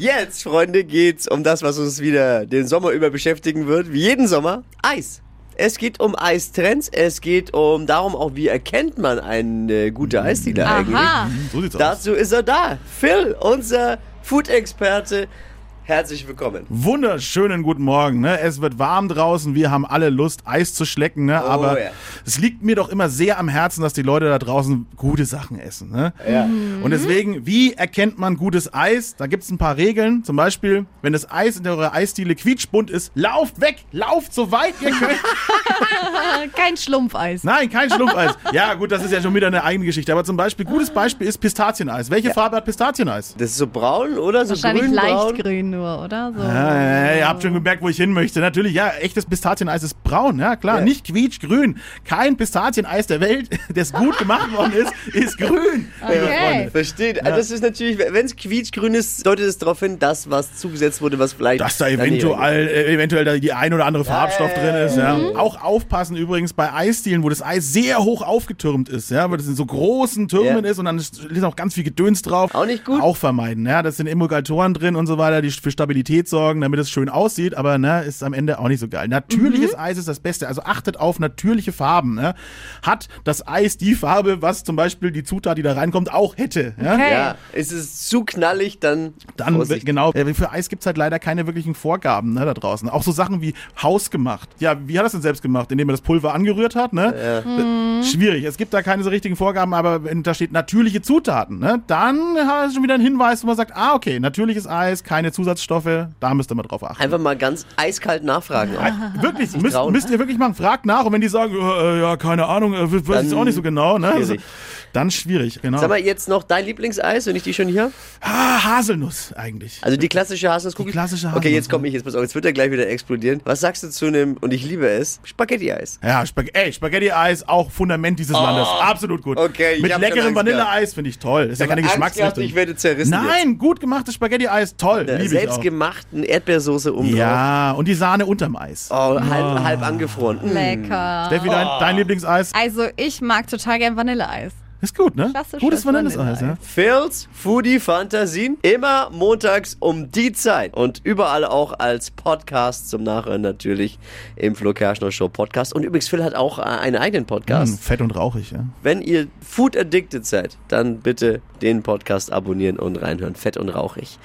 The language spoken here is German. Jetzt, Freunde, geht's um das, was uns wieder den Sommer über beschäftigen wird. Wie jeden Sommer, Eis. Es geht um Eistrends, es geht um darum auch, wie erkennt man einen äh, guten Eisdealer Aha. eigentlich. So sieht's aus. Dazu ist er da. Phil, unser Food-Experte. Herzlich willkommen. Wunderschönen guten Morgen. Ne? Es wird warm draußen, wir haben alle Lust, Eis zu schlecken. Ne? Aber Oh, ja. es liegt mir doch immer sehr am Herzen, dass die Leute da draußen gute Sachen essen. Ne? Ja. Und deswegen, wie erkennt man gutes Eis? Da gibt es ein paar Regeln. Zum Beispiel, wenn das Eis in eurer Eisdiele quietschbunt ist, lauft weg, lauft so weit ihr könnt. Kein Schlumpfeis. Nein, kein Schlumpfeis. Ja, gut, das ist ja schon wieder eine eigene Geschichte. Aber zum Beispiel, gutes Beispiel ist Pistazieneis. Welche Farbe hat Pistazieneis? Das ist so braun, oder? So Wahrscheinlich grün-braun. leicht grün nur, oder? So. Ah, ihr habt schon gemerkt, wo ich hin möchte. Natürlich, ja, echtes Pistazieneis ist braun, ja klar. Ja. Nicht quietschgrün. Kein Pistazieneis der Welt, das gut gemacht worden ist, ist grün. liebe Okay. Freunde. Versteht. Also das ist natürlich, wenn es quietschgrün ist, deutet es darauf hin, dass was zugesetzt wurde, was vielleicht. Dass da daneben geht. eventuell, äh, eventuell da die ein oder andere Farbstoff ja, mhm. drin ist. Ja. Auch aufpassen übrigens bei Eisdielen, wo das Eis sehr hoch aufgetürmt ist, ja, weil das in so großen Türmen Ja. ist und dann ist, ist auch ganz viel Gedöns drauf. Auch nicht gut. Auch vermeiden. Ja. Das sind Emulgatoren drin und so weiter, die für Stabilität sorgen, damit es schön aussieht, aber ne, ist am Ende auch nicht so geil. Natürliches Mhm. Eis ist das Beste. Also achtet auf natürliche Farben. Ne. Hat das Eis die Farbe, was zum Beispiel die Zutat, die da reinkommt, auch hätte. Ja. Okay. Ja, es ist zu knallig, dann. Dann Vorsicht. wird- genau. Äh, Für Eis gibt's halt leider keine wirklichen Vorgaben ne, da draußen. Auch so Sachen wie hausgemacht. Ja, wie hat er es denn selbst gemacht? Indem er das Pulver angerührt hat, ne? Äh, Schwierig. Es gibt da keine so richtigen Vorgaben, aber wenn da steht natürliche Zutaten, ne? Dann hat es schon wieder einen Hinweis, wo man sagt, ah, okay, natürliches Eis, keine Zusatzstoffe, da müsst ihr mal drauf achten. Einfach mal ganz eiskalt nachfragen. auch. Wirklich, müsst, trauen. müsst ihr wirklich machen. Fragt nach und wenn die sagen, äh, ja, keine Ahnung, äh, weiß Dann ich auch nicht so genau, ne? schwierig. Dann schwierig, genau. Sag mal jetzt noch dein Lieblingseis, wenn ich die schon hier habe. ah, Haselnuss eigentlich. Also die klassische Haselnusskugel. Die klassische Okay, jetzt Haselnuss, komme ich jetzt pass auf, jetzt wird er gleich wieder explodieren. Was sagst du zu einem und ich liebe es Spaghetti-Eis? Ja, Spag ey, Spaghetti-Eis, auch Fundament dieses Landes. Absolut gut. Oh. Okay, ich Mit hab schon leckerem Angst Also Vanilleeis finde ich toll. Ist ja keine Angst gehabt, Geschmacksrichtung. Ich werde zerrissen. Ne, Nein, gut gemachtes Spaghetti-Eis, toll. jetzt. Liebe ich auch. Äh, selbstgemachten Erdbeersoße oben Ja, Ah. und die Sahne unterm Eis. drauf. Oh, halb, halb angefroren. Mm. Lecker. Steffi, dein, dein Lieblingseis Also ich mag total gern Vanilleeis. ist gut, ne? Klassisches Gutes Vanilleeis, ja. Vanilleeis. Phil's Foodie Fantasien immer montags um die Zeit und überall auch als Podcast zum Nachhören natürlich im Flo Kerschner Show Podcast. Und übrigens, Phil hat auch äh, einen eigenen Podcast. Hm, fett und rauchig, ja. Wenn ihr Food addicted seid, dann bitte den Podcast abonnieren und reinhören. Fett und rauchig.